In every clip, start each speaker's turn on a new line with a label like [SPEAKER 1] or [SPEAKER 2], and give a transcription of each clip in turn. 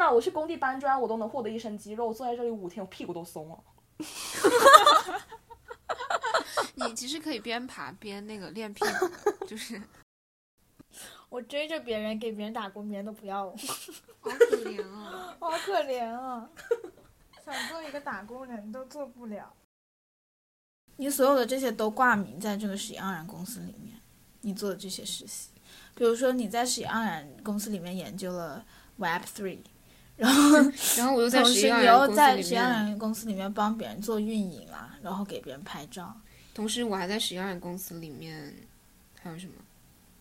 [SPEAKER 1] 啊，我去工地搬砖，我都能获得一身肌肉，坐在这里五天，我屁股都松了。
[SPEAKER 2] 你其实可以边爬边那个练屁股 的，就是
[SPEAKER 3] 我追着别人给别人打工，别人都不要我，
[SPEAKER 2] 好可怜
[SPEAKER 1] 哦
[SPEAKER 2] 啊！
[SPEAKER 3] 好可怜啊！想做一个打工人都做不了。你所有的这些都挂名在这个史盎然公司里面，你做的这些实习，比如说你在史盎然公司里面研究了 Web Three，然后
[SPEAKER 2] 然后我又在
[SPEAKER 3] 同
[SPEAKER 2] 实
[SPEAKER 3] 时
[SPEAKER 2] 验
[SPEAKER 3] 你又
[SPEAKER 2] 公司
[SPEAKER 3] 在
[SPEAKER 2] 里
[SPEAKER 3] 实验
[SPEAKER 2] 面，
[SPEAKER 3] 人公司里面帮别人做运营啦，然后给别人拍照，
[SPEAKER 2] 同时我还在实验公司里面，还有什么？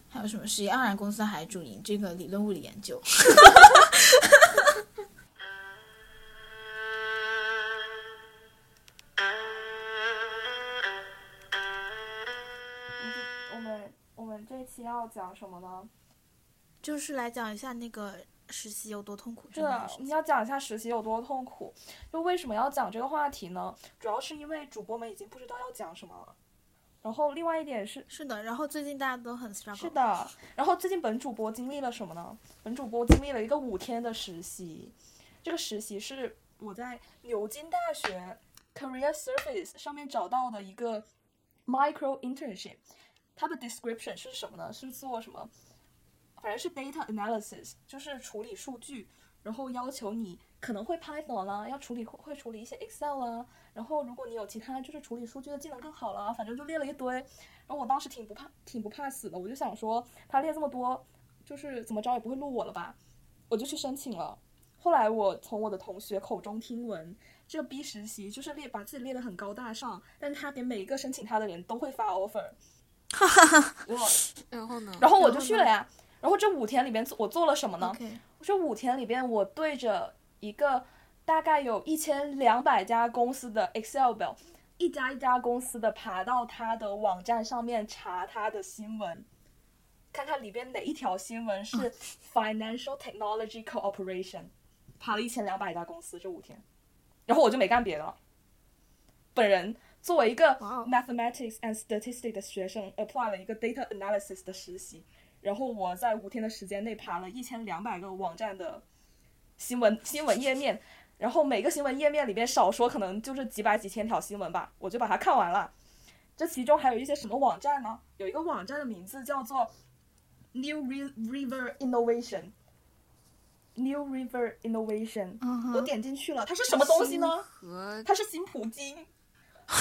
[SPEAKER 3] 还有什么实验盎然公司还主营这个理论物理研究。
[SPEAKER 1] 我们我们这期要讲什么呢？
[SPEAKER 3] 就是来讲一下那个实习有多痛苦。
[SPEAKER 1] 这我嗯们要讲一下实习有多痛苦。就为什么要讲这个话题呢？主要是因为主播们已经不知道要讲什么了。然后另外一点是，
[SPEAKER 3] 是的，然后最近大家都很 struggle。
[SPEAKER 1] 是，的。然后最近本主播经历了什么呢？本主播经历了一个五天的实习，这个实习是我在牛津大学 Career Service 上面找到的一个 micro internship。它的 description 是什么呢？是做什么？反正是 data analysis，就是处理数据，然后要求你可能会 Python 啦，要处理会处理一些 Excel 啦，然后如果你有其他就是处理数据的技能更好啦，反正就列了一堆。然后我当时挺不怕，挺不怕死的，我就想说他列这么多，就是怎么着也不会录我了吧，我就去申请了。后来我从我的同学口中听闻，这个 B 实习就是列把自己列得很高大上，但是他给每一个申请他的人都会发 offer。我
[SPEAKER 2] 然后呢？
[SPEAKER 1] 然后我
[SPEAKER 3] 然
[SPEAKER 1] 就
[SPEAKER 3] 后
[SPEAKER 1] 去
[SPEAKER 3] 呢
[SPEAKER 1] 了呀。然后这五天里边做，我做了什么呢
[SPEAKER 3] OK，
[SPEAKER 1] 这五天里边，我对着一个大概有一千两百家公司的 Excel表，一家一家公司的爬到它的网站上面查它的新闻，看看里边哪一条新闻
[SPEAKER 3] 嗯
[SPEAKER 1] 是 Financial Technology Cooperation，爬了一千两百家公司这五天，然后我就没干别的了。本人作为一个
[SPEAKER 3] 哇哦
[SPEAKER 1] Mathematics and Statistics 的学生，apply 了一个 Data Analysis 的实习，然后我在五天的时间内爬了一千两百个网站的新闻新闻页面，然后每个新闻页面里面少说可能就是几百几千条新闻吧，我就把它看完了。这其中还有一些什么网站呢？有一个网站的名字叫做 New Re- River Innovation。New River Innovation，、
[SPEAKER 3] 嗯
[SPEAKER 1] 我
[SPEAKER 3] 哼，
[SPEAKER 1] 点进去了，它是什么东西呢？
[SPEAKER 2] 和
[SPEAKER 1] 它是新普京。 嗯，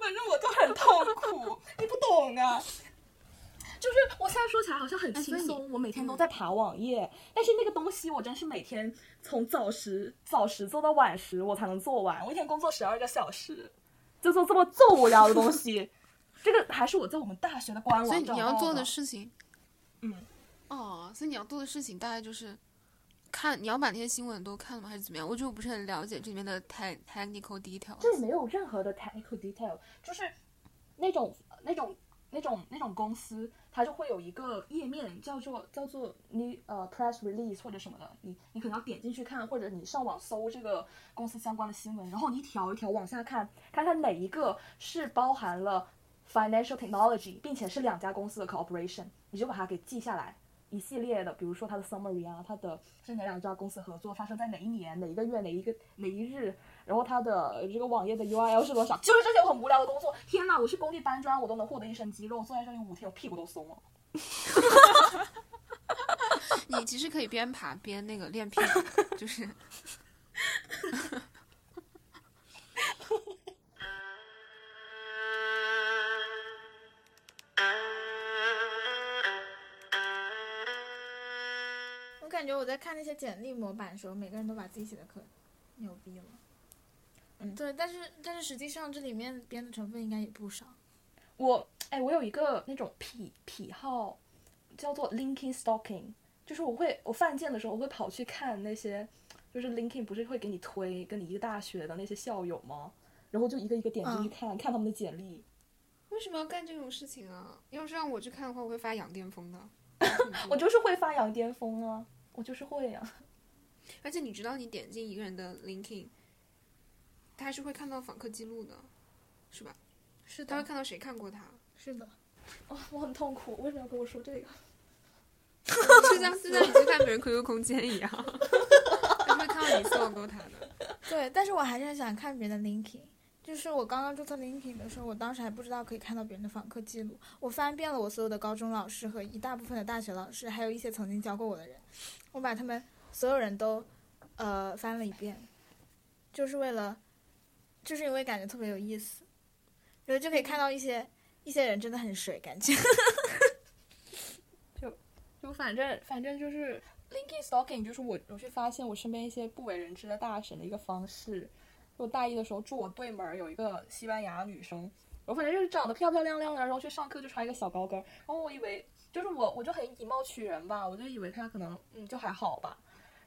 [SPEAKER 1] 反正我都很痛苦，你不懂啊。就是我现在说起来好像很轻
[SPEAKER 2] 哎所以
[SPEAKER 1] 松，我每天都在爬网页，但是那个东西我真是每天从早十早十做到晚十，我才能做完。我一天工作十二个小时，就做这么这么无聊的东西。 这个还是我在我们大学的官网
[SPEAKER 2] 所以
[SPEAKER 1] 找
[SPEAKER 2] 你要
[SPEAKER 1] 到
[SPEAKER 2] 做
[SPEAKER 1] 的
[SPEAKER 2] 的事情，
[SPEAKER 1] 嗯，
[SPEAKER 2] 哦，所以你要做的事情大概就是看，你要把那些新闻都看了吗？还是怎么样？我就不是很了解这里面的 te- technical detail。
[SPEAKER 1] 这里没有任何的 technical detail，就是那种那种那种那种公司，它就会有一个页面叫做叫做你呃 press release 或者什么的，你你可能要点进去看，或者你上网搜这个公司相关的新闻，然后你一条一条往下看，看看哪一个是包含了 financial technology，并且是两家公司的 cooperation，你就把它给记下来。一系列的，比如说它的 summary 啊，它的是哪两家公司合作，发生在哪一年、哪一个月、哪一个哪一日，然后它的这个网页的 URL 是多少，就是这些我很无聊的工作。天呐，我去工地搬砖，我都能获得一身肌肉，坐在这里五天，我屁股都松了。
[SPEAKER 2] 你其实可以边爬边那个练屁股的，就是
[SPEAKER 3] 我感觉我在看那些简历模板的时候，每个人都把自己写的可牛逼了。
[SPEAKER 1] 嗯
[SPEAKER 3] 对，但是但是实际上这里面编的成分应该也不少。
[SPEAKER 1] 我哎，我有一个那种癖癖好，叫做 linking stalking，就是我会我犯贱的时候，我会跑去看那些，就是 linking 不是会给你推跟你一个大学的那些校友吗？然后就一个一个点进去看，看他们的简历。
[SPEAKER 2] 为什么要干这种事情啊？要是让我去看的话，我会发羊癫 疯的。
[SPEAKER 1] 我就是会发扬巅峰啊，我就是会呀、
[SPEAKER 2] 而且你知道，你点进一个人的 LinkedIn，他还是会看到访客记录的，是吧？
[SPEAKER 3] 是
[SPEAKER 2] 他会看到谁看过他。
[SPEAKER 3] 是的，
[SPEAKER 1] 啊。我很痛苦，为什么要跟我说这个？
[SPEAKER 2] 就像现在你去看别人 QQ 空间一 样，他会看到你搜勾他的。
[SPEAKER 3] 对，但是我还是很想看别人的 linking。就是我刚刚注册 linking 的时候，我当时还不知道可以看到别人的访客记录。我翻遍了我所有的高中老师和一大部分的大学老师，还有一些曾经教过我的人，我把他们所有人都呃翻了一遍，就是为了，就是因为感觉特别有意思，然后就可以看到一些一些人真的很水，感觉。
[SPEAKER 1] 就反正反正就是 linking stalking，就是我我去发现我身边一些不为人知的大神的一个方式。就我大一的时候住我对门儿有一个西班牙女生，我反正就是长得漂漂亮亮的，然后去上课就穿一个小高跟儿，然后我以为就是我我就很以貌取人吧，我就以为她可能嗯就还好吧。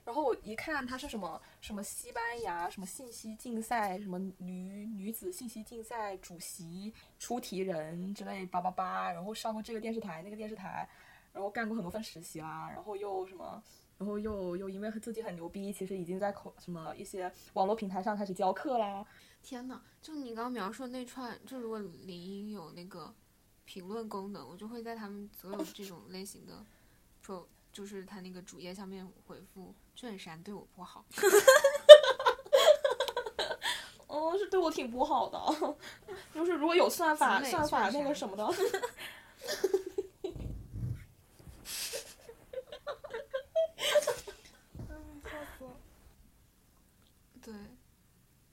[SPEAKER 1] 然后我一看她是什么什么西班牙什么信息竞赛什么女女子信息竞赛主席出题人之类叭叭叭，然后上过这个电视台那个电视台，然后干过很多份实习啦、然后又什么，然后又又因为自己很牛逼，其实已经在口什么一些网络平台上开始教课啦。
[SPEAKER 2] 天呐，就你刚刚描述的那串，就如果领英有那个评论功能，我就会在他们所有这种类型的 pro，就是他那个主页下面回复卷山对我不好。
[SPEAKER 1] 哦，是对我挺不好的， 就是如果有算法
[SPEAKER 2] 积累
[SPEAKER 1] 算法
[SPEAKER 2] 确实
[SPEAKER 1] 那个什么的，
[SPEAKER 2] 对，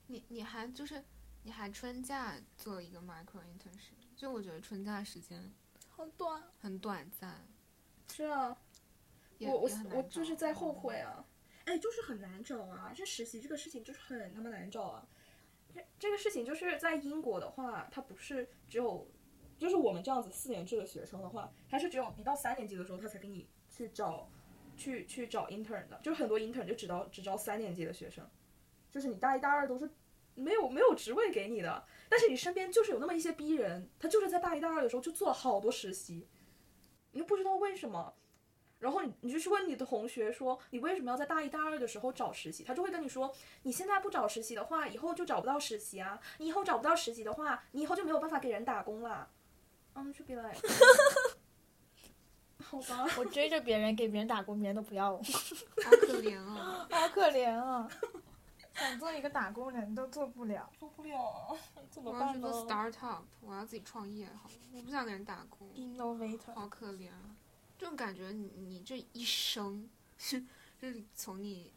[SPEAKER 2] 你你还就是你还春假做了一个 micro internship，就我觉得春假时间
[SPEAKER 1] 好
[SPEAKER 3] 啊
[SPEAKER 1] 短。
[SPEAKER 2] 很短暂，
[SPEAKER 1] 是啊，
[SPEAKER 2] 也
[SPEAKER 1] 我我
[SPEAKER 2] 也很难
[SPEAKER 1] 我就是
[SPEAKER 2] 找
[SPEAKER 1] 在后悔啊。哎，就是很难找啊，这实习这个事情就是很他妈难找啊。这这个事情就是在英国的话，它不是只有，就是我们这样子四年制的学生的话，它是只有你到三年级的时候，他才给你去找，去去找 intern 的，就是很多 intern 就只招只招三年级的学生，就是你大一大二都是没有没有职位给你的，但是你身边就是有那么一些逼人，他就是在大一大二的时候就做了好多实习，你就不知道为什么。然后你你就去问你的同学说，你为什么要在大一大二的时候找实习？他就会跟你说，你现在不找实习的话，以后就找不到实习啊。你以后找不到实习的话，你以后就没有办法给人打工啦。嗯，就别来。 好吧，
[SPEAKER 3] 我追着别人给别人打工，别人都不要我，
[SPEAKER 2] 好可怜 啊！
[SPEAKER 3] 好可怜啊！ 想做一个打工人都做不了。
[SPEAKER 1] 受不了，啊怎么
[SPEAKER 2] 我要
[SPEAKER 1] 办
[SPEAKER 2] 去
[SPEAKER 1] 呢
[SPEAKER 2] 做 startup，我要自己创业，好，我不想给人打工，
[SPEAKER 3] Innovator，
[SPEAKER 2] 好可怜啊！这种感觉你，你这一生 是是从你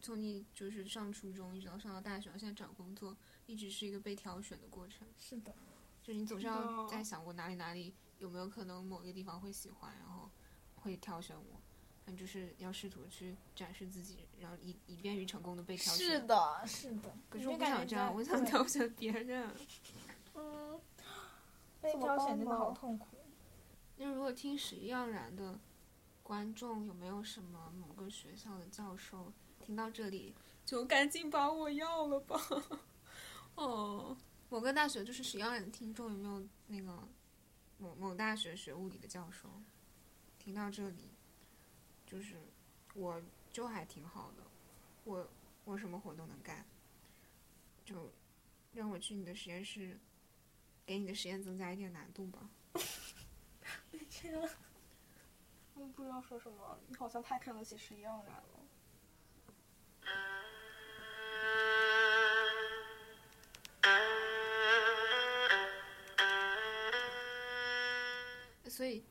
[SPEAKER 2] 从你就是上初中一直到上到大学，现在找工作，一直是一个被挑选的过程，
[SPEAKER 3] 是的，
[SPEAKER 2] 就是你总是
[SPEAKER 1] 是的
[SPEAKER 2] 要在想我哪里哪里有没有可能某一个地方会喜欢，然后会挑选我。嗯，就是要试图去展示自己，然后以以便于成功的被挑选。
[SPEAKER 3] 是，的，是的。
[SPEAKER 2] 可
[SPEAKER 3] 你
[SPEAKER 2] 是
[SPEAKER 3] 就
[SPEAKER 2] 我不
[SPEAKER 3] 感觉
[SPEAKER 2] 想这样，
[SPEAKER 3] 在
[SPEAKER 2] 我想
[SPEAKER 3] 对
[SPEAKER 2] 挑选别人。啊
[SPEAKER 1] 嗯，
[SPEAKER 3] 被
[SPEAKER 1] 怎么
[SPEAKER 3] 挑
[SPEAKER 1] 办
[SPEAKER 3] 选真的好
[SPEAKER 1] 呢
[SPEAKER 3] 痛苦。
[SPEAKER 2] 那如果听史盎然的观众，有没有什么某个学校的教授听到这里就赶紧把我要了吧？ 哦，某个大学就是史盎然的听众有没有那个某某大学学物理的教授听到这里，就是我就还挺好的，我我什么活都能干，就让我去你的实验室，给你的实验增加一点难度吧。
[SPEAKER 1] 这个，我不知道说什么，你好像太看得起实一样然了。
[SPEAKER 2] 所以，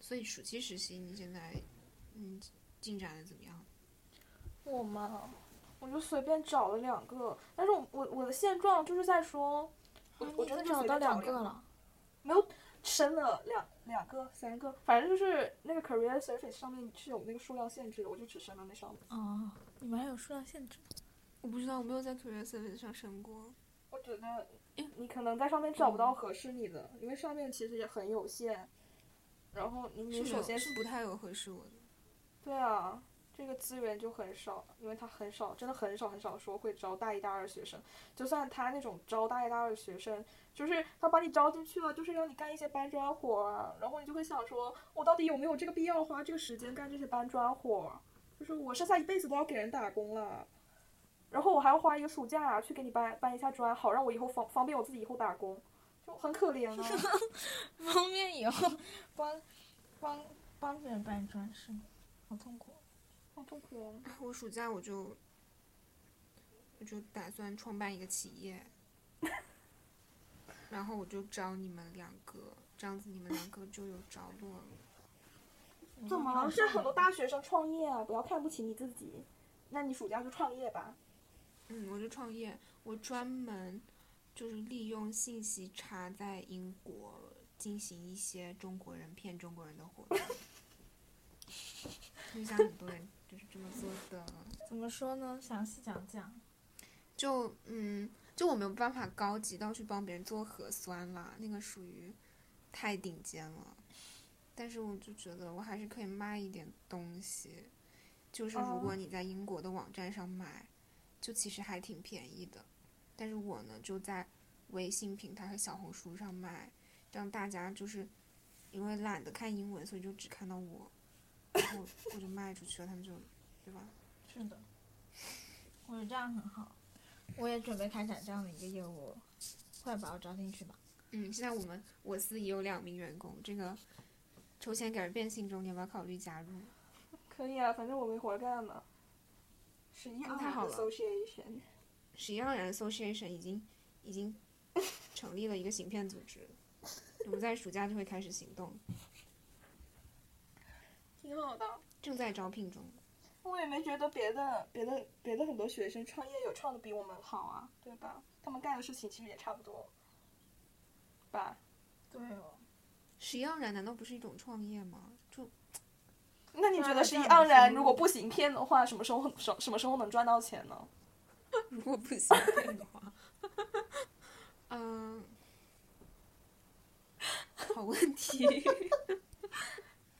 [SPEAKER 2] 所以暑期实习你现在，嗯，进展的怎么样？
[SPEAKER 1] 我嘛，我就随便找了两个，但是我我我的现状就是在说，我
[SPEAKER 3] 啊
[SPEAKER 1] 我真的就随便两个，
[SPEAKER 3] 了，
[SPEAKER 1] 没有升了两两个三个，反正就是那个 career surface 上面是有那个数量限制的，我就只升了那上面。
[SPEAKER 3] 哦，你们还有数量限 制？
[SPEAKER 2] 我不知道，我没有在 Career Service 上升过。
[SPEAKER 1] 我觉得你可能在上面找不到合适你的，因为上面其实也很有限。然后你你
[SPEAKER 2] 是
[SPEAKER 1] 首
[SPEAKER 2] 有
[SPEAKER 1] 先
[SPEAKER 2] 是不太有合适我的。
[SPEAKER 1] 对啊，这个资源就很少，因为他很少，真的很少很少说会招大一、大二学生。就算他那种招大一、大二学生，就是他把你招进去了，就是让你干一些搬砖活儿，啊然后你就会想说，我到底有没有这个必要花这个时间干这些搬砖活儿？啊就是我剩下一辈子都要给人打工了，然后我还要花一个暑假、去给你搬搬一下砖，好让我以后方方便我自己以后打工，就很可怜啊。
[SPEAKER 3] 方便以后帮帮帮别人办专事，好痛苦。
[SPEAKER 1] 好痛苦哦！
[SPEAKER 2] 我暑假我就我就打算创办一个企 业，然后我就招你们两个，这样子你们两个就有着落了。
[SPEAKER 1] 怎么了？现
[SPEAKER 3] 是
[SPEAKER 1] 在很多大学生创业啊，不要看不起你自己。那你暑假就创业吧。
[SPEAKER 2] 嗯，我就创业，我专门就是利用信息差在英国进行一些中国人骗中国人的活动，就像很多人就是这么做的。
[SPEAKER 3] 怎么说呢？详细讲讲。
[SPEAKER 2] 就嗯，就我没有办法高级到去帮别人做核酸啦，那个属于太顶尖了。但是我就觉得我还是可以卖一点东西，就是如果
[SPEAKER 1] 哦
[SPEAKER 2] 你在英国的网站上买，就其实还挺便宜的。但是我呢，就在微信平台和小红书上卖，让大家就是因为懒得看英文，所以就只看到我，然后我就卖出去了，他们就对吧？
[SPEAKER 3] 是的，我觉得这样很好。我也准备开展这样的一个业务，快把我招进去吧。
[SPEAKER 2] 嗯，现在我们我司已有两名员工，这个筹钱给人变性中，你要不要考虑加入？
[SPEAKER 1] 可以啊，反正我没活干了。十一
[SPEAKER 2] 那太好了
[SPEAKER 1] 啊 Association，
[SPEAKER 2] 实际上人 Association 已经已经成立了一个行骗组织，我们在暑假就会开始行动，
[SPEAKER 1] 挺好的。
[SPEAKER 2] 正在招聘中。
[SPEAKER 1] 我也没觉得别的别的别的很多学生创业有创的比我们好啊，对吧？他们干的事情其实也差不多，吧？
[SPEAKER 3] 对哦，
[SPEAKER 2] 实际上人难道不是一种创业吗？就
[SPEAKER 1] 那你觉
[SPEAKER 3] 那
[SPEAKER 1] 得十一
[SPEAKER 3] 这样
[SPEAKER 1] 盎
[SPEAKER 3] 的
[SPEAKER 1] 然
[SPEAKER 3] 收入
[SPEAKER 1] 如果不行骗的话，什么时候什什么时候能赚到钱呢？
[SPEAKER 2] 如果不行骗的话， 嗯，好问题。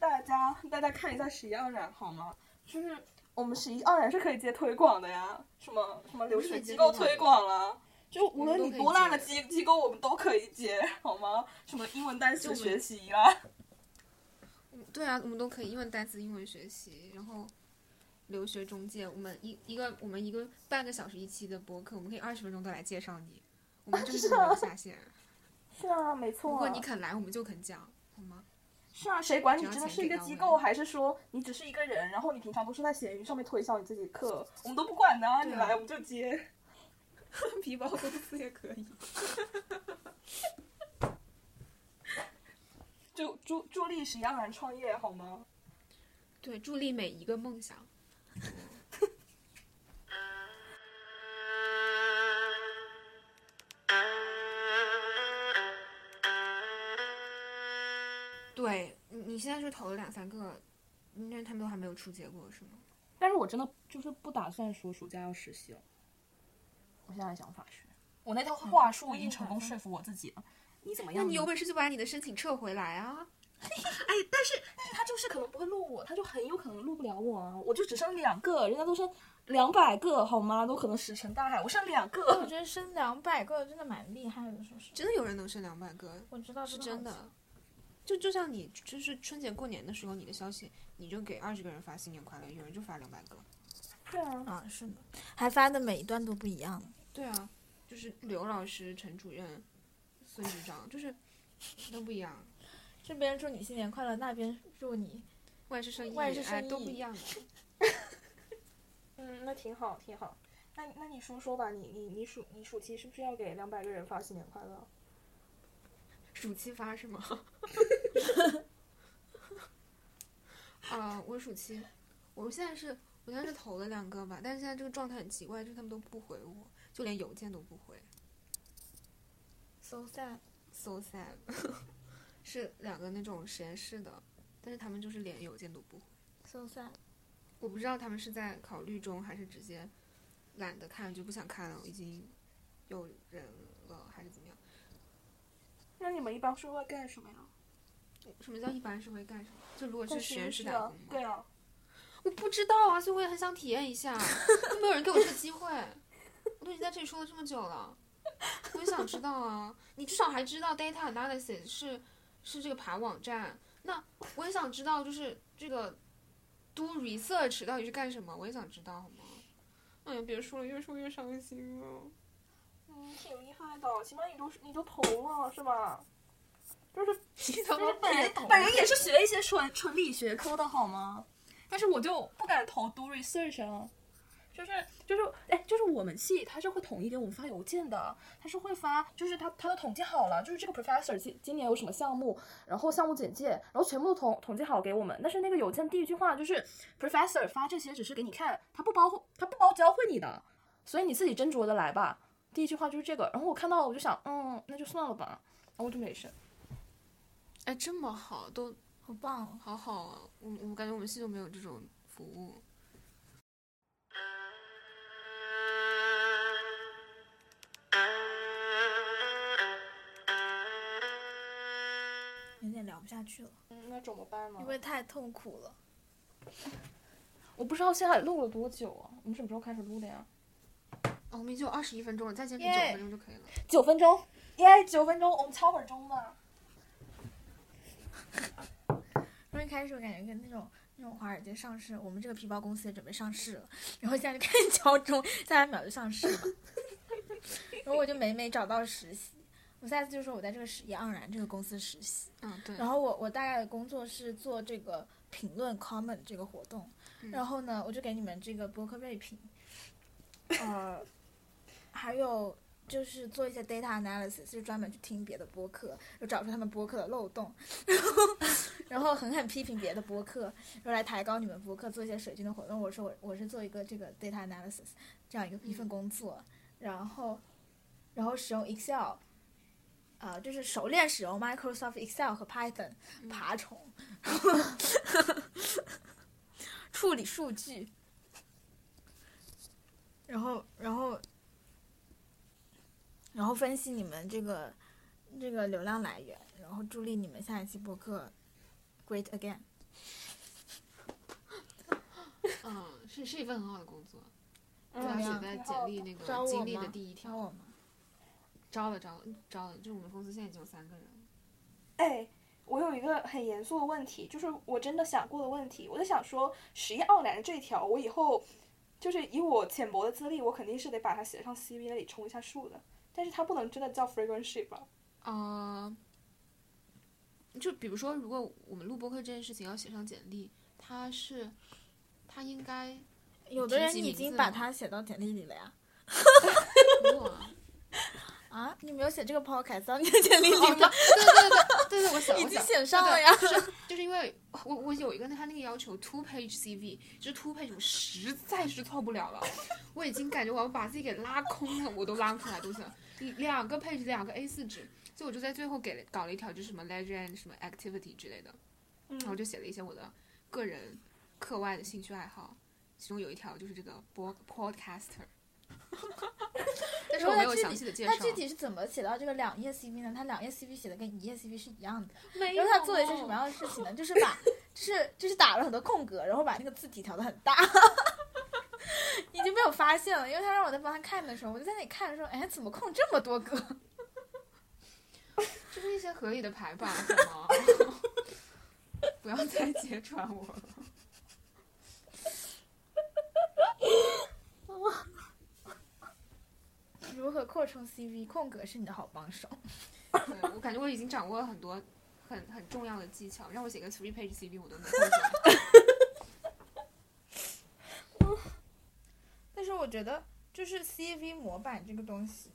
[SPEAKER 1] 大家大家看一下十一盎然好吗？就是我们十一盎然是可以接推广的呀，什么什么留学机构推广啦，就无论你多烂的机机构，我们都可以接好吗？什么英文单词学习啊啦、
[SPEAKER 2] 对啊，我们都可以英文单词、英文学习，然后留学中介。我们一一个我们一个半个小时一期的播客，我们可以二十分钟都来介绍你。我们就是没有下限，
[SPEAKER 1] 是啊，没错
[SPEAKER 2] 如果你肯来，我们就肯讲，好吗？
[SPEAKER 1] 是啊，谁管你
[SPEAKER 2] 只要
[SPEAKER 1] 真的
[SPEAKER 2] 钱
[SPEAKER 1] 是一
[SPEAKER 2] 给
[SPEAKER 1] 个
[SPEAKER 2] 到
[SPEAKER 1] 机
[SPEAKER 2] 位
[SPEAKER 1] 构，还是说你只是一个人？然后你平常都是在闲鱼上面推销你自己的课，我们都不管的啊，你
[SPEAKER 2] 对啊
[SPEAKER 1] 来我们就接。
[SPEAKER 2] 皮包公司也可以。
[SPEAKER 1] 就助助力十一盎然创业好吗？
[SPEAKER 2] 对，助力每一个梦想。 对你，你现在是投了两三个，那他们都还没有出结果是吗？
[SPEAKER 1] 但是我真的就是不打算说暑假要实习了。我现在的想法是，我那套话术已经成功说服我自己了。你怎么
[SPEAKER 2] 那
[SPEAKER 1] 样呢？
[SPEAKER 2] 你有本事就把你的申请撤回来啊！
[SPEAKER 1] 他就是可能不会录我，他就很有可能录不了我啊！我就只剩两个，人家都剩两百个，好吗？都可能石沉大海，我剩两
[SPEAKER 3] 我
[SPEAKER 1] 个。
[SPEAKER 3] 觉得升两百个真的蛮厉害的，说实话。
[SPEAKER 2] 真的有人能申两百个，
[SPEAKER 3] 我知道
[SPEAKER 2] 是
[SPEAKER 3] 这个
[SPEAKER 2] 真
[SPEAKER 3] 好
[SPEAKER 2] 的。就就像你，就是春节过年的时候，你的消息，你就给二十个人发新年快乐，有人就发两百个。
[SPEAKER 1] 对啊
[SPEAKER 3] 奇，啊，是的，还发的每一段都不一样。
[SPEAKER 2] 对啊，就是刘老师、陈主任、孙局长，就是都不一样，
[SPEAKER 3] 这边祝你新年快乐，那边祝你
[SPEAKER 2] 万事胜意，
[SPEAKER 3] 万事
[SPEAKER 2] 哎，
[SPEAKER 3] 胜
[SPEAKER 2] 都不
[SPEAKER 3] 意
[SPEAKER 2] 一样的。
[SPEAKER 1] 嗯，那挺好，挺好。那那你说说吧，你你你暑你暑期是不是要给两百个人发新年快乐？
[SPEAKER 2] 暑期发是吗？ 啊、我暑期，我现在是，我现在是投了两个吧，但是现在这个状态很奇怪，就是他们都不回我，就连邮件都不回
[SPEAKER 3] so sad。
[SPEAKER 2] ，so sad。是两个那种实验室的，但是他们就是连邮件都不回，
[SPEAKER 3] So sad，
[SPEAKER 2] 我不知道他们是在考虑中还是直接懒得看就不想看了，已经有人了还是怎么样？
[SPEAKER 1] 那你们一般是会干什么呀？
[SPEAKER 2] 什么叫一般是会干什么？就如果
[SPEAKER 1] 在
[SPEAKER 2] 去实验室打
[SPEAKER 1] 啊
[SPEAKER 2] 工吗？
[SPEAKER 1] 对啊，
[SPEAKER 2] 我不知道啊，所以我也很想体验一下，就没有人给我这个机会。我都已经在这里说了这么久了，我也想知道啊。你至少还知道 data analysis 是是这个爬网站，那我也想知道，就是这个 do research 到底是干什么，我也想知道好吗？哎呀，别说了，越说越伤心了。
[SPEAKER 1] 嗯，挺厉害的，起码你都是你都投了是吧？就是
[SPEAKER 2] 你怎么
[SPEAKER 1] 本人本人也是学一些纯纯理学科的好吗？但是我就不敢投读 research 啊，就是就是哎，就是我们系他是会统一给我们发邮件的，他是会发，就是他他都统计好了，就是这个 professor 今今年有什么项目，然后项目简介，然后全部都统统计好给我们。但是那个邮件第一句话就是 professor 发这些只是给你看，他不包他不包教会你的，所以你自己斟酌的来吧。第一句话就是这个，然后我看到了我就想，嗯，那就算了吧，然后我就没事。
[SPEAKER 2] 哎，这么好，都
[SPEAKER 3] 好棒哦！
[SPEAKER 2] 好好啊！我我感觉我们系就没有这种服务。
[SPEAKER 3] 有点聊不下去了，
[SPEAKER 1] 嗯，那怎么办呢
[SPEAKER 3] 因为太痛苦了。
[SPEAKER 1] 我不知道现在录了多久啊？我们什么时候开始录的呀？
[SPEAKER 2] 哦，我们已经有二十一分钟了，再坚持九
[SPEAKER 3] 耶
[SPEAKER 2] 分钟就可以了。
[SPEAKER 1] 九分钟，耶，哎九分钟，我们敲会儿钟吧。
[SPEAKER 3] 因为开始我感觉跟那种那种华尔街上市，我们这个皮包公司也准备上市了，然后现在就开始敲钟，下一秒就上市了。 然后我就每每找到实习，我下次就说我在这个实也盎然这个公司实习。
[SPEAKER 2] 嗯，对。
[SPEAKER 3] 然后我我大概的工作是做这个评论 comment 这个活动，
[SPEAKER 2] 嗯
[SPEAKER 3] 然后呢，我就给你们这个播客锐评，呃，还有就是做一些 data analysis，就专门去听别的播客，就找出他们播客的漏洞， 然后然后狠狠批评别的播客，然后来抬高你们播客，做一些水军的活动。我说我我是做一个这个 data analysis 这样一个一
[SPEAKER 2] 嗯
[SPEAKER 3] 份工作，然后然后使用 Excel。呃，就是熟练使用 Microsoft Excel 和 Python
[SPEAKER 2] 嗯
[SPEAKER 3] 爬虫，处理数据，然后然后然后分析你们这个这个流量来源，然后助力你们下一期播客 Great Again。
[SPEAKER 2] 嗯，是是一份很好的工作，
[SPEAKER 1] 嗯
[SPEAKER 2] 就要
[SPEAKER 3] 对
[SPEAKER 2] 写
[SPEAKER 3] 呀
[SPEAKER 2] 啊在简历那
[SPEAKER 3] 招
[SPEAKER 2] 个
[SPEAKER 3] 我
[SPEAKER 2] 经历
[SPEAKER 3] 吗
[SPEAKER 2] 的第一条。
[SPEAKER 3] 我吗？
[SPEAKER 2] 招了招了招了，就是我们公司现在已经有三个人了。
[SPEAKER 1] 哎，我有一个很严肃的问题，就是我真的想过的问题，我就想说，十一奥然这条，我以后就是以我浅薄的资历，我肯定是得把它写上 CV 那里冲一下数的。但是它不能真的叫 fragrance 吧？
[SPEAKER 2] 啊、就比如说，如果我们录播客这件事情要写上简历，它是它应该
[SPEAKER 3] 有的人
[SPEAKER 2] 提及
[SPEAKER 3] 已
[SPEAKER 2] 名
[SPEAKER 3] 经
[SPEAKER 2] 字
[SPEAKER 3] 把
[SPEAKER 2] 吗
[SPEAKER 3] 它写到简历里了呀。
[SPEAKER 2] 没有 啊。
[SPEAKER 3] 啊，你没有写这个 podcast 到你的简历里吗？
[SPEAKER 2] 哦对对对对对，我 想
[SPEAKER 3] 已
[SPEAKER 2] 我
[SPEAKER 3] 经
[SPEAKER 2] 想，
[SPEAKER 3] 写上了呀。
[SPEAKER 2] 就是因为我我有一个他那个要求 two page CV，就是 two page 我实在是凑不了了，我已经感觉我要把自己给拉空了，我都拉不出来东西了，两个 page 两个 A 4纸，所以我就在最后给了搞了一条就是什么 leisure and 什么 activity 之类的，然后
[SPEAKER 1] 嗯，
[SPEAKER 2] 就写了一些我的个人课外的兴趣爱好，其中有一条就是这个播 podcaster，但是我没有详细的介绍
[SPEAKER 3] 他，具体是怎么写到这个两页 CV 呢？他两页 CV 写的跟一页 CV 是一样的，
[SPEAKER 2] 没
[SPEAKER 3] 然后他啊做了一些
[SPEAKER 2] 有
[SPEAKER 3] 什么样的事情呢？就是 把，就是就是打了很多空格，然后把那个字体调的很大， 已经被我发现了。因为他让我在帮他看的时候，我就在那里看的时候，哎，怎么空这么多格？
[SPEAKER 2] 就是一些合理的排版，好吗？ 不要再揭穿我了。
[SPEAKER 3] 如何扩充 CV？空格是你的好帮手。
[SPEAKER 2] 对我感觉我已经掌握了很多很很重要的技巧，让我写个 three page CV 我都能会写。
[SPEAKER 3] 但是我觉得，就是 CV 模板这个东西，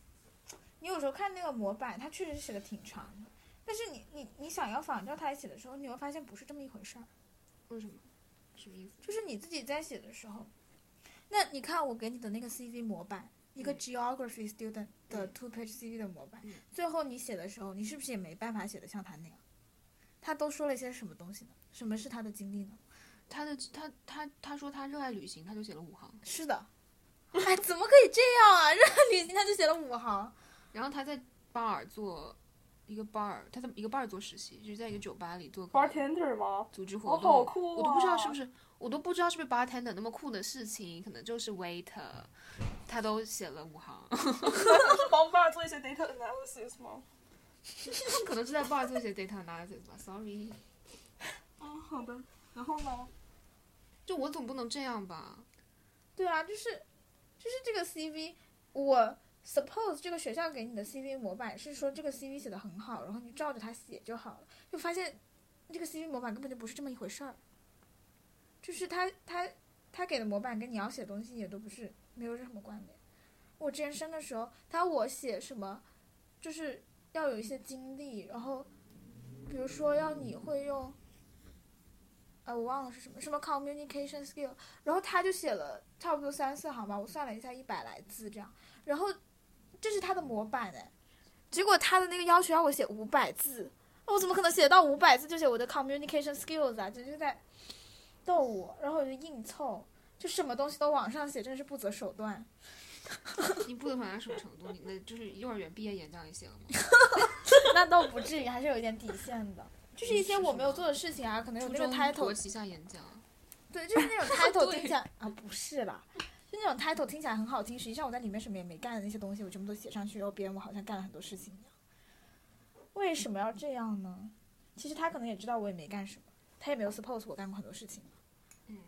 [SPEAKER 3] 你有时候看那个模板，它确实写的挺长的，但是你你你想要仿照它写的时候，你会发现不是这么一回事儿。
[SPEAKER 2] 为什么？什么意思？
[SPEAKER 3] 就是你自己在写的时候，那你看我给你的那个 CV 模板，一个
[SPEAKER 2] 嗯
[SPEAKER 3] geography student 的
[SPEAKER 2] 嗯
[SPEAKER 3] two page CV 的模板，
[SPEAKER 2] 嗯
[SPEAKER 3] 最后你写的时候，你是不是也没办法写的像他那样？他都说了一些什么东西呢？什么是他的经历呢？
[SPEAKER 2] 他的他他他说他热爱旅行，他就写了五行。
[SPEAKER 3] 是的，哎，怎么可以这样啊？ 让旅行他就写了五行，
[SPEAKER 2] 然后他在巴尔做一个巴尔，他在一个巴尔做实习，就是在一个酒吧里做个
[SPEAKER 1] bartender 吗？
[SPEAKER 2] 组织
[SPEAKER 1] 我
[SPEAKER 2] 活动。
[SPEAKER 1] 好酷、啊、
[SPEAKER 2] 我都不知道是不是，我都不知道是不是 bartender 那么酷的事情，可能就是 waiter，他都写了五行。
[SPEAKER 1] 是帮爸做一些 data analysis 吗？
[SPEAKER 2] 他们可能是在 bar 做一些 data analysis 吧，sorry。
[SPEAKER 1] 嗯，好的。然后呢？
[SPEAKER 2] 就我总不能这样吧？
[SPEAKER 3] 对啊，就是，就是这个 CV，我 suppose 这个学校给你的 CV 模板是说这个 CV 写的很好，然后你照着它写就好了，就发现这个 CV 模板根本就不是这么一回事儿，就是他他他给的模板跟你要写的东西也都不是没有什么关联。我之前申的时候，他要我写什么，就是要有一些经历，然后比如说要你会用，呃，我忘了是什么什么 communication skill，然后他就写了差不多三四行吧，我算了一下，一百来字这样。然后这是他的模板哎，结果他的那个要求让我写五百字，我怎么可能写到五百字就写我的 communication skills 啊？简直就在逗我，然后我就硬凑，就什么东西都往上写，真是不择手段。
[SPEAKER 2] 你不能反到什么程度？你那就是幼儿园毕业演讲也写了吗？
[SPEAKER 3] 那倒不至于，还是有一点底线的。就是一些
[SPEAKER 2] 是
[SPEAKER 3] 我
[SPEAKER 2] 什
[SPEAKER 3] 没有
[SPEAKER 2] 么
[SPEAKER 3] 做的事情啊，可能有
[SPEAKER 2] 初
[SPEAKER 3] 那个
[SPEAKER 2] 中
[SPEAKER 3] title，
[SPEAKER 2] 国旗下演讲，
[SPEAKER 3] 对，就是那种 title
[SPEAKER 2] 对
[SPEAKER 3] 听起来啊，不是啦，就那种 title 听起来很好听，实际上我在里面什么也没干的那些东西，我全部都写上去，然后别人我好像干了很多事情一样。为什么要这样呢？其实他可能也知道我也没干什么，他也没有 suppose 我干过很多事情。
[SPEAKER 2] 嗯，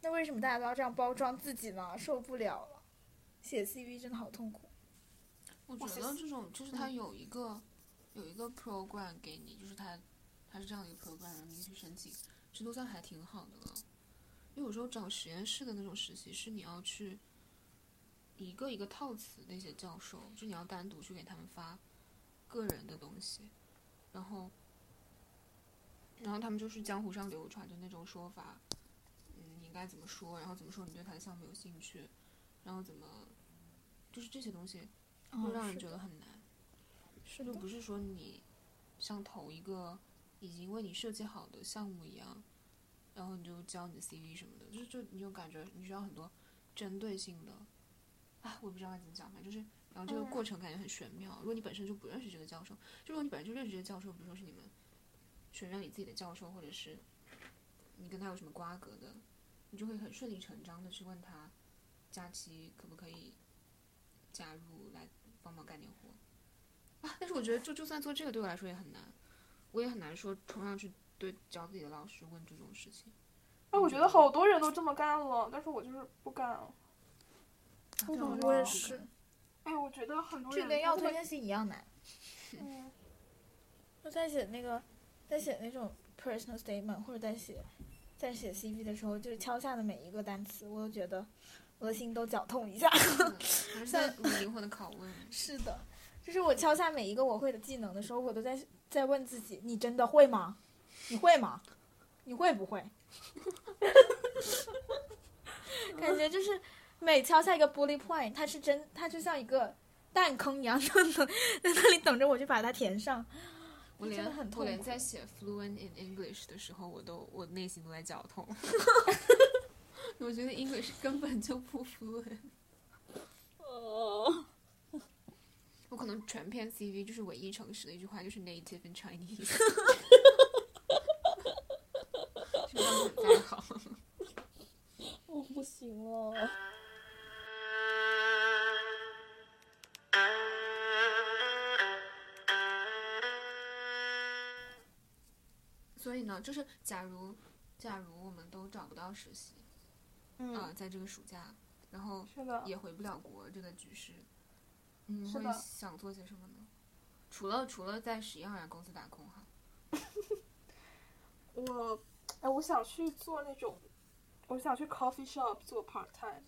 [SPEAKER 3] 那为什么大家都要这样包装自己呢？受不了了，写 CV 真的好痛苦。
[SPEAKER 2] 我
[SPEAKER 1] 哇塞
[SPEAKER 2] 觉
[SPEAKER 1] 嗯
[SPEAKER 2] 得这种就是它有一个、有一个 program 给你，就是它它是这样的一个 program 让你去申请，这都算还挺好的了。因为有时候找实验室的那种实习是你要去一个一个套词那些教授，就你要单独去给他们发个人的东西，然后然后他们就是江湖上流传着那种说法，嗯，你应该怎么说，然后怎么说你对他的项目有兴趣，然后怎么就是这些东西。
[SPEAKER 3] 嗯
[SPEAKER 2] 会让人觉得很难。
[SPEAKER 3] 哦是
[SPEAKER 2] 就不是说你像投一个已经为你设计好的项目一样，然后你就交你的 CV 什么的，就就你就感觉你需要很多针对性的。啊，我也不知道该怎么讲，反正就是，然后这个
[SPEAKER 3] 嗯
[SPEAKER 2] 过程感觉很玄妙。如果你本身就不认识这个教授，就如果你本身就认识这个教授，比如说是你们学院里自己的教授，或者是你跟他有什么瓜葛的，你就会很顺理成章的去问他，佳期可不可以加入来帮忙干点活啊？但是我觉得就就算做这个对我来说也很难，我也很难说冲上去对找自己的老师问这种事情。
[SPEAKER 1] 哎，我觉得好多人都这么干了，但是我就是不干。啊
[SPEAKER 2] 对
[SPEAKER 1] 懂
[SPEAKER 3] 我也
[SPEAKER 1] 了
[SPEAKER 3] 啊是，
[SPEAKER 1] 哎，我觉得很多
[SPEAKER 3] 这
[SPEAKER 1] 人
[SPEAKER 3] 跟要
[SPEAKER 1] 他
[SPEAKER 3] 推
[SPEAKER 1] 会
[SPEAKER 3] 荐信一样难。
[SPEAKER 1] 嗯，
[SPEAKER 3] 就在写那个，在写那种 personal statement 或者在写，在写 CV 的时候，就是敲下的每一个单词，我都觉得我的心都绞痛一下。
[SPEAKER 2] 嗯还是在灵魂的拷问。
[SPEAKER 3] 是的，就是我敲下每一个我会的技能的时候，我都在在问自己：你真的会吗？你会吗？你会不会？ 感觉就是每敲下一个 bullet point，它是真，它就像一个弹坑一样，等在那里等着我去把它填上。
[SPEAKER 2] 我
[SPEAKER 3] 真的
[SPEAKER 2] 连
[SPEAKER 3] 很
[SPEAKER 2] 我
[SPEAKER 3] 痛
[SPEAKER 2] 连
[SPEAKER 3] 苦
[SPEAKER 2] 在写 fluent in English 的时候，我都我内心都在绞痛。 我觉得 English 根本就不 fluent。我可能全篇 CV 就是唯一诚实的一句话，就是 native in Chinese。这个样子在好。
[SPEAKER 1] 我不行了。
[SPEAKER 2] 嗯
[SPEAKER 3] 啊
[SPEAKER 2] 所以呢，就是假如假如我们都找不到实习啊、
[SPEAKER 3] 嗯，
[SPEAKER 2] 在这个暑假，然后
[SPEAKER 1] 是的，
[SPEAKER 2] 也回不了国这个局势，你
[SPEAKER 1] 是
[SPEAKER 2] 会
[SPEAKER 1] 的
[SPEAKER 2] 想做些什么呢？除了除了在实验软公司打工哈，
[SPEAKER 1] 我哎，我想去做那种，我想去 coffee shop 做 part time，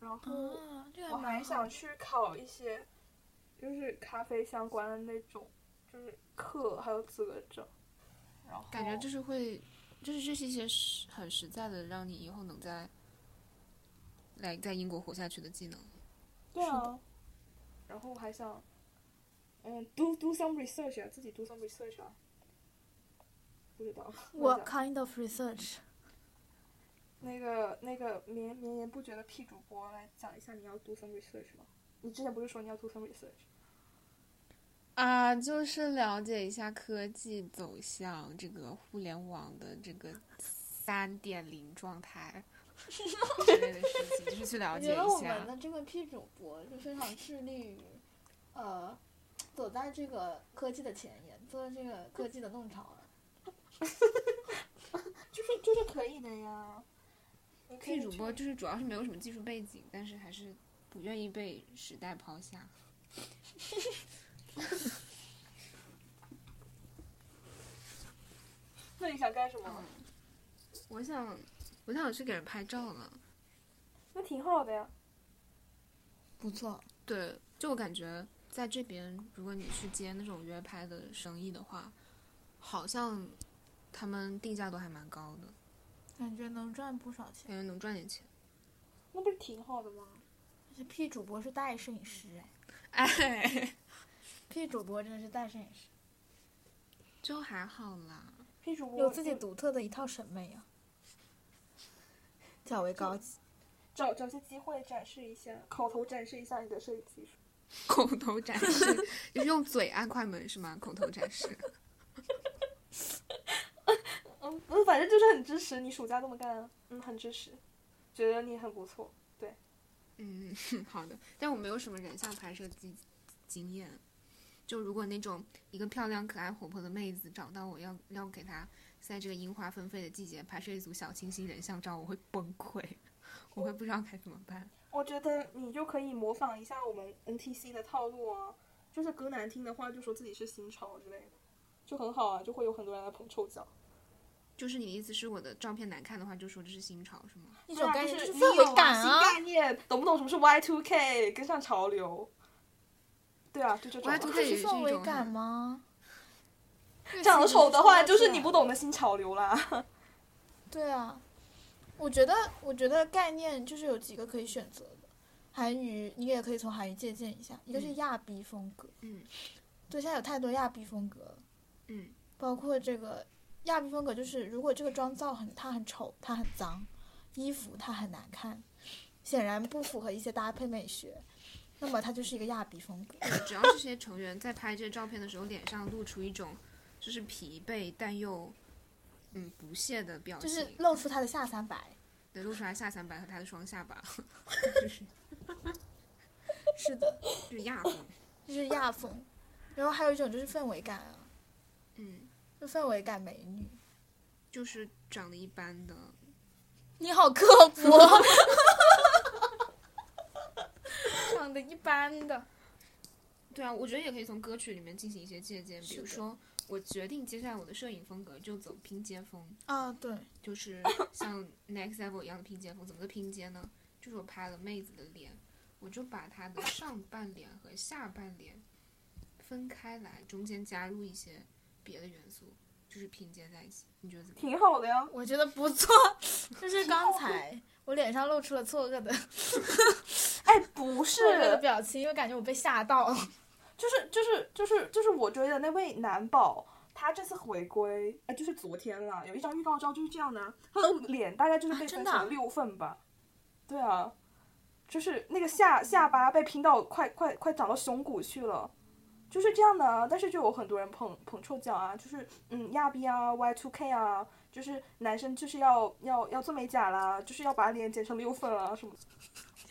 [SPEAKER 1] 然后
[SPEAKER 3] 啊，这
[SPEAKER 1] 我
[SPEAKER 3] 个
[SPEAKER 1] 还
[SPEAKER 3] 蛮好
[SPEAKER 1] 想去考一些，就是咖啡相关的那种，就是课还有资格证。然后
[SPEAKER 2] 感觉就是会，就是这是一些实很实在的，让你以后能在来在英国活下去的技能。
[SPEAKER 1] 对啊，然后我还想，嗯，do do some research 啊，自己 do some research 啊，不知道。我
[SPEAKER 3] What kind of research？
[SPEAKER 1] 那个那个绵绵延不绝的 P 主播来讲一下，你要 do some research 吗？你之前不是说你要 do some research？
[SPEAKER 2] 啊，就是了解一下科技走向，这个互联网的这个三点零状态 之类的事情，就是去了
[SPEAKER 3] 我
[SPEAKER 2] 解
[SPEAKER 3] 觉得
[SPEAKER 2] 一
[SPEAKER 3] 我们
[SPEAKER 2] 下。
[SPEAKER 3] 的这个 P 主播就非常致力于，呃，走在这个科技的前沿，做这个科技的弄潮儿。
[SPEAKER 1] 就是就是可以的呀。你可以
[SPEAKER 2] K 主播
[SPEAKER 1] 去
[SPEAKER 2] 就是主要是没有什么技术背景，但是还是不愿意被时代抛下。
[SPEAKER 1] 那你想干什么
[SPEAKER 2] 嗯？，我想，我想去给人拍照了。
[SPEAKER 1] 那挺好的呀。
[SPEAKER 3] 不错，
[SPEAKER 2] 对，就我感觉在这边，如果你去接那种约拍的生意的话，好像他们定价都还蛮高的，
[SPEAKER 3] 感觉能赚不少钱。
[SPEAKER 2] 感觉能赚点钱。
[SPEAKER 1] 那不是挺好的吗？
[SPEAKER 3] 而且 P 主播是带摄影师哎
[SPEAKER 2] 哎，
[SPEAKER 3] ，P 主播真的是带摄影师，
[SPEAKER 2] 就还好啦。
[SPEAKER 1] P 主播
[SPEAKER 3] 有自己独特的一套审美啊，较为高级。
[SPEAKER 1] 找找些机会展示一下，口头展示一下你的摄影技术。
[SPEAKER 2] 口头展示， 就是用嘴按快门是吗？口头展示。
[SPEAKER 1] 嗯嗯，反正就是很支持你暑假这么干啊。嗯，很支持，觉得你很不错。
[SPEAKER 2] 嗯， 好的。但我没有什么人像拍摄经经验，就如果那种一个漂亮、可爱、活泼的妹子找到我要要给她在这个樱花纷飞的季节拍摄一组小清新人像照，我会崩溃，我会不知道该怎么办。
[SPEAKER 1] 我觉得你就可以模仿一下我们 NTC 的套路啊，就是歌难听的话就说自己是新潮之类的，就很好啊，就会有很多人来捧臭脚。
[SPEAKER 2] 就是你的意思是我的照片难看的话，就说这是新潮是吗？
[SPEAKER 3] 一种
[SPEAKER 1] 对
[SPEAKER 3] 感
[SPEAKER 1] 啊就
[SPEAKER 3] 觉
[SPEAKER 1] 是是
[SPEAKER 3] 氛围感
[SPEAKER 1] 你有新
[SPEAKER 3] 啊，
[SPEAKER 1] 概念，懂不懂什么是 Y2K，跟上潮流。对啊，就这种啊。
[SPEAKER 2] Y2K
[SPEAKER 3] 这
[SPEAKER 2] 也是
[SPEAKER 3] 是
[SPEAKER 2] 一
[SPEAKER 3] 氛围
[SPEAKER 2] 种
[SPEAKER 3] 感
[SPEAKER 2] 很
[SPEAKER 3] 吗？
[SPEAKER 1] 长得丑的话，就是你不懂得新潮流啦。
[SPEAKER 3] 对啊，我觉得，我觉得概念就是有几个可以选择的。韩语，你也可以从韩语借鉴一下。一个是
[SPEAKER 2] 嗯
[SPEAKER 3] 亚逼风格，
[SPEAKER 2] 嗯
[SPEAKER 3] 对，现在有太多亚逼风格了，
[SPEAKER 2] 嗯
[SPEAKER 3] 包括这个亚逼风格，就是如果这个妆造很，它很丑，它很脏，衣服它很难看，显然不符合一些搭配美学，那么它就是一个亚逼风格。
[SPEAKER 2] 对只要这些成员在拍这些照片的时候，脸上露出一种就是疲惫但又嗯不屑的表
[SPEAKER 3] 就
[SPEAKER 2] 情，
[SPEAKER 3] 是露出他的下三白。
[SPEAKER 2] 对，露出来下三白和他的双下巴，
[SPEAKER 3] 是的，
[SPEAKER 2] 就是亚风。
[SPEAKER 3] 就是亚风。然后还有一种就是氛围感啊，
[SPEAKER 2] 嗯，
[SPEAKER 3] 就氛围感美女。
[SPEAKER 2] 就是长得一般的，
[SPEAKER 3] 你好刻薄，长得一般的。
[SPEAKER 2] 对啊，我觉得也可以从歌曲里面进行一些借鉴，比
[SPEAKER 3] 是
[SPEAKER 2] 如
[SPEAKER 3] 的
[SPEAKER 2] 说我决定接下来我的摄影风格就走拼接风，
[SPEAKER 3] 啊，对，
[SPEAKER 2] 就是 像 Next Level 一样的拼接风。怎么个拼接呢？就是我拍了妹子的脸，我就把她的上半脸和下半脸分开来，中间加入一些别的元素，就是拼接在一起。你觉得怎么样？
[SPEAKER 1] 挺好的呀，
[SPEAKER 3] 我觉得不错。 就是刚才我脸上露出了错愕的
[SPEAKER 1] 哎，不是
[SPEAKER 3] 错愕的表情，因为感觉我被吓 到了。
[SPEAKER 1] 就是就是就是就是我追的那位男宝，他这次回归，呃，就是昨天啦，有一张预告照就是这样的啊，他的脸大概就是被
[SPEAKER 3] 啊真
[SPEAKER 1] 分
[SPEAKER 3] 的
[SPEAKER 1] 成
[SPEAKER 3] 啊
[SPEAKER 1] 了六份吧，对啊，就是那个下下巴被拼到快快快长到胸骨去了。就是这样的啊，但是就有很多人捧捧臭脚啊，就是嗯亚逼啊，Y2K 啊，就是男生就是要要要做美甲啦，就是要把脸剪成六份啊 什么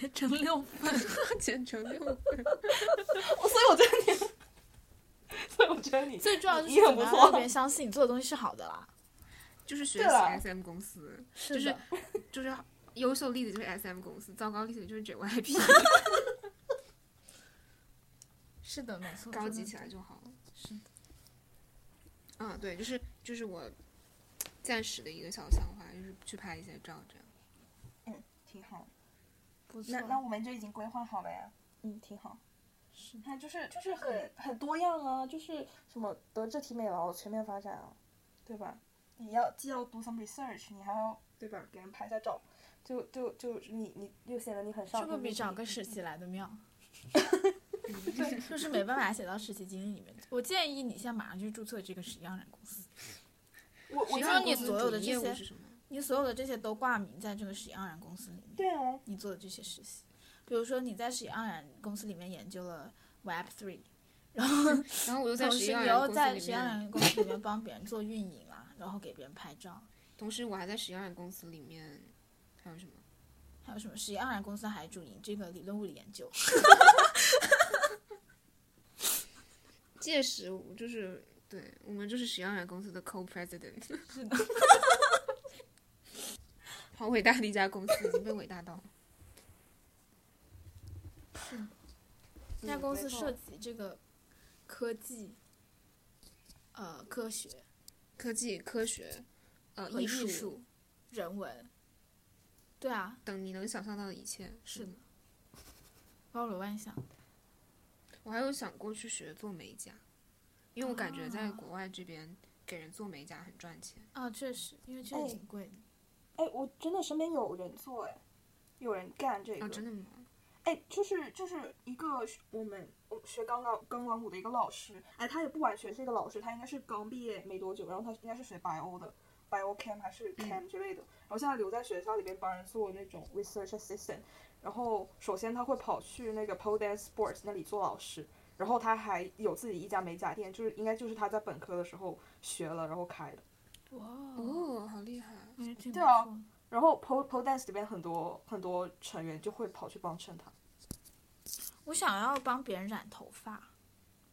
[SPEAKER 1] 的。
[SPEAKER 3] 成六 分，
[SPEAKER 2] 简直六
[SPEAKER 1] 我哦所以我觉得你， 所以我觉得你
[SPEAKER 3] 最重要的
[SPEAKER 1] 你
[SPEAKER 3] 是
[SPEAKER 1] 很
[SPEAKER 3] 怎
[SPEAKER 1] 不
[SPEAKER 3] 么
[SPEAKER 1] 错
[SPEAKER 3] 让别人相信你做的东西是好的 啦。
[SPEAKER 2] 就是学
[SPEAKER 1] 对了
[SPEAKER 2] 习 SM 公司。
[SPEAKER 3] 是
[SPEAKER 2] 就是
[SPEAKER 3] 的，
[SPEAKER 2] 就是优秀例子就是 S M 公司，糟糕例子就是 J Y P，
[SPEAKER 3] 是的，没错。
[SPEAKER 2] 高
[SPEAKER 3] 真
[SPEAKER 2] 级
[SPEAKER 3] 的
[SPEAKER 2] 起来就好了。
[SPEAKER 3] 是的。
[SPEAKER 2] 嗯，对，就是就是我暂时的一个小想法，就是去拍一些照这样。
[SPEAKER 1] 挺好。
[SPEAKER 3] 不错
[SPEAKER 1] 那。那我们就已经规划好了呀。嗯，挺好。
[SPEAKER 3] 是
[SPEAKER 1] 它就是就是很很多样啊，就是什么德智体美劳全面发展啊，对吧？你要既要 do some research，你还要对吧给人拍下照，就就就你你又显得你很上
[SPEAKER 3] 这
[SPEAKER 1] 进。
[SPEAKER 3] 不比找个实习来的 妙？就是没办法写到实习经历里面。我建议你现在马上去注册这个实际样染公司，
[SPEAKER 1] 我我
[SPEAKER 2] 实际
[SPEAKER 1] 就
[SPEAKER 3] 说
[SPEAKER 2] 上
[SPEAKER 3] 你
[SPEAKER 2] 公司
[SPEAKER 3] 所有的
[SPEAKER 2] 主
[SPEAKER 3] 这
[SPEAKER 2] 业务
[SPEAKER 3] 些
[SPEAKER 2] 是什么？
[SPEAKER 3] 你所有的这些都挂名在这个实际样染公司里面。
[SPEAKER 1] 对啊，
[SPEAKER 3] 你做的这些实习，比如说你在实际样染公司里面研究了 Web Three，
[SPEAKER 2] 然后我又在
[SPEAKER 3] 同
[SPEAKER 2] 实
[SPEAKER 3] 时
[SPEAKER 2] 际上
[SPEAKER 3] 你
[SPEAKER 2] 染
[SPEAKER 3] 又
[SPEAKER 2] 公司
[SPEAKER 3] 在
[SPEAKER 2] 里
[SPEAKER 3] 实际样
[SPEAKER 2] 面，
[SPEAKER 3] 染公司里面帮别人做运营啦，然后给别人拍照。
[SPEAKER 2] 同时我还在实际上染公司里面还有什么？
[SPEAKER 3] 还有什么实际样染公司还主营这个理论物理研究？
[SPEAKER 2] 届时我就是对我们就是实际上染公司的 co president，
[SPEAKER 3] 是 的，
[SPEAKER 2] 好伟大的一家公司，已经被伟大到了。
[SPEAKER 3] 那
[SPEAKER 1] 嗯
[SPEAKER 3] 家公司涉及这个科技，呃，科学、
[SPEAKER 2] 科技、科学、呃
[SPEAKER 3] 和
[SPEAKER 2] 艺
[SPEAKER 3] 艺术人文，对啊，
[SPEAKER 2] 等你能想象到的一切。
[SPEAKER 3] 是
[SPEAKER 2] 嗯
[SPEAKER 3] 的，包罗万象。
[SPEAKER 2] 我还有想过去学做美甲，因为我感觉在
[SPEAKER 3] 啊
[SPEAKER 2] 国外这边给人做美甲很赚钱。
[SPEAKER 3] 啊，确实，因为确实
[SPEAKER 1] 哎
[SPEAKER 3] 挺贵的。
[SPEAKER 1] 哎，我真的身边有人做哎，有人干这
[SPEAKER 3] 哦
[SPEAKER 1] 个，
[SPEAKER 2] 啊，真的吗？
[SPEAKER 1] 哎，就是就是一个学我们我们学钢管钢管舞的一个老师，哎，他也不完全是一个老师，他应该是刚毕业没多久，然后他应该是学 bio 的，bio chem 还是 chem 之类的，然后现在留在学校里边帮人做那种 research assistant，然后首先他会跑去那个 pole dance sports 那里做老师，然后他还有自己一家美甲店，就是应该就是他在本科的时候学了然后开的。
[SPEAKER 3] 哇，
[SPEAKER 2] 哦，好厉害！
[SPEAKER 3] 还是挺不
[SPEAKER 1] 对啊
[SPEAKER 3] 错的
[SPEAKER 1] 然后 pole pole dance 里边很多很多成员就会跑去帮衬他。
[SPEAKER 3] 我想要帮别人染头发，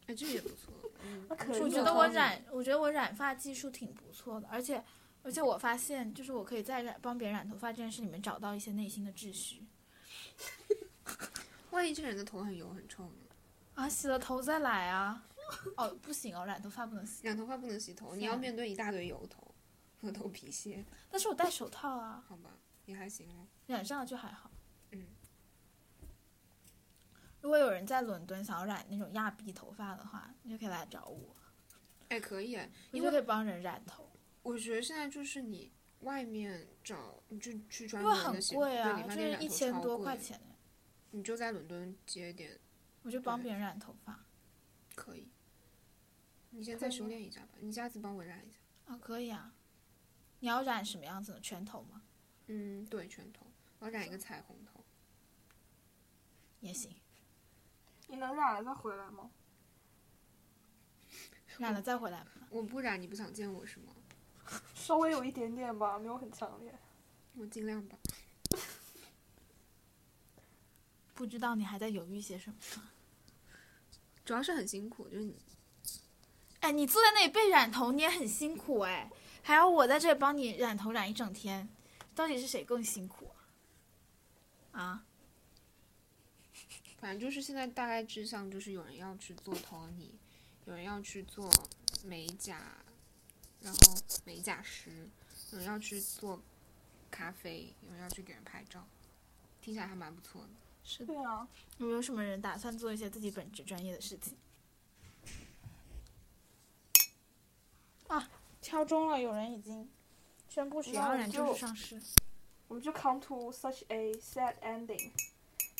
[SPEAKER 2] 哎，这个也不错。嗯，
[SPEAKER 1] 那可
[SPEAKER 2] 对
[SPEAKER 1] 以
[SPEAKER 3] 我
[SPEAKER 1] 啊
[SPEAKER 3] 觉得我染，我觉得我染发技术挺不错的，而且而且我发现，就是我可以在染帮别人染头发这件事里面找到一些内心的秩序
[SPEAKER 2] 万一这个人的头很油很臭呢？
[SPEAKER 3] 啊，洗了头再来啊。 哦，不行哦，染头发不能洗，
[SPEAKER 2] 染头发不能洗头，你
[SPEAKER 3] 算
[SPEAKER 2] 要
[SPEAKER 3] 了
[SPEAKER 2] 面对一大堆油头和头皮屑，
[SPEAKER 3] 但是我戴手套啊，
[SPEAKER 2] 好吧，也还行啊了。
[SPEAKER 3] 染上了就还好。
[SPEAKER 2] 嗯，
[SPEAKER 3] 如果有人在伦敦想要染那种亚逼头发的话，你就可以来找我，
[SPEAKER 2] 哎，可以哎，
[SPEAKER 3] 我
[SPEAKER 2] 因
[SPEAKER 3] 就
[SPEAKER 2] 为
[SPEAKER 3] 可以帮人染头。
[SPEAKER 2] 我觉得现在就是你外面找，你就去专
[SPEAKER 3] 因为
[SPEAKER 2] 门
[SPEAKER 3] 很
[SPEAKER 2] 的洗头
[SPEAKER 3] 贵啊
[SPEAKER 2] 对，理
[SPEAKER 3] 就
[SPEAKER 2] 发店
[SPEAKER 3] 是
[SPEAKER 2] 染头
[SPEAKER 3] 一千
[SPEAKER 2] 超
[SPEAKER 3] 多
[SPEAKER 2] 贵
[SPEAKER 3] 块，钱的，
[SPEAKER 2] 你就在伦敦接一点
[SPEAKER 3] 我就帮
[SPEAKER 2] 对
[SPEAKER 3] 别人染头发
[SPEAKER 2] 可以。你先
[SPEAKER 3] 可
[SPEAKER 2] 再
[SPEAKER 3] 以啊
[SPEAKER 2] 修
[SPEAKER 3] 吗
[SPEAKER 2] 炼一下吧，你下次帮我染一下。
[SPEAKER 3] 啊，可以啊。你要染什么样子的？全头吗？
[SPEAKER 2] 嗯，对，全头，我要染一个彩虹头。
[SPEAKER 3] 也行，
[SPEAKER 1] 你能染了再回来吗？嗯
[SPEAKER 3] 染了再回来吧。
[SPEAKER 2] 我不染，你不想见我是吗？
[SPEAKER 1] 稍微有一点点吧，没有很强烈。
[SPEAKER 2] 我尽量吧。
[SPEAKER 3] 不知道你还在犹豫些什么？
[SPEAKER 2] 主要是很辛苦，就是你
[SPEAKER 3] 哎，你坐在那里被染头，你也很辛苦哎，还要我在这里帮你染头染一整天，到底是谁更辛苦啊？啊，
[SPEAKER 2] 反正就是现在大概志向就是有人要去做托尼，有人要去做美甲，然后美甲师，有人要去做咖啡，有人要去给人拍照，听起来还蛮不错的。
[SPEAKER 3] 是
[SPEAKER 1] 对啊，
[SPEAKER 3] 有没有什么人打算做一些自己本职专业的事情？啊，敲钟了，有人已经宣布
[SPEAKER 1] 谁要染正式
[SPEAKER 3] 上市。
[SPEAKER 1] 我们就 come to such a sad ending，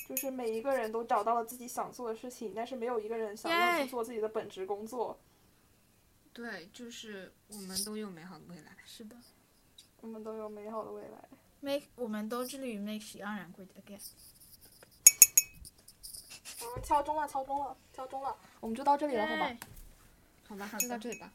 [SPEAKER 1] 就是每一个人都找到了自己想做的事情，但是没有一个人想要
[SPEAKER 3] Yay
[SPEAKER 1] 去做自己的本职工作。
[SPEAKER 2] 对，就是我们都有美好的未 来。
[SPEAKER 3] 是的
[SPEAKER 1] 我们都有美好的未来。
[SPEAKER 3] ，make 我们都致力于 make 十二染 great again。
[SPEAKER 1] 我们敲钟了，敲钟了，敲钟了，我们就到这里了，好吧？
[SPEAKER 3] 哎
[SPEAKER 2] 好吧，
[SPEAKER 3] 好
[SPEAKER 2] 就到
[SPEAKER 3] 的
[SPEAKER 2] 这里吧。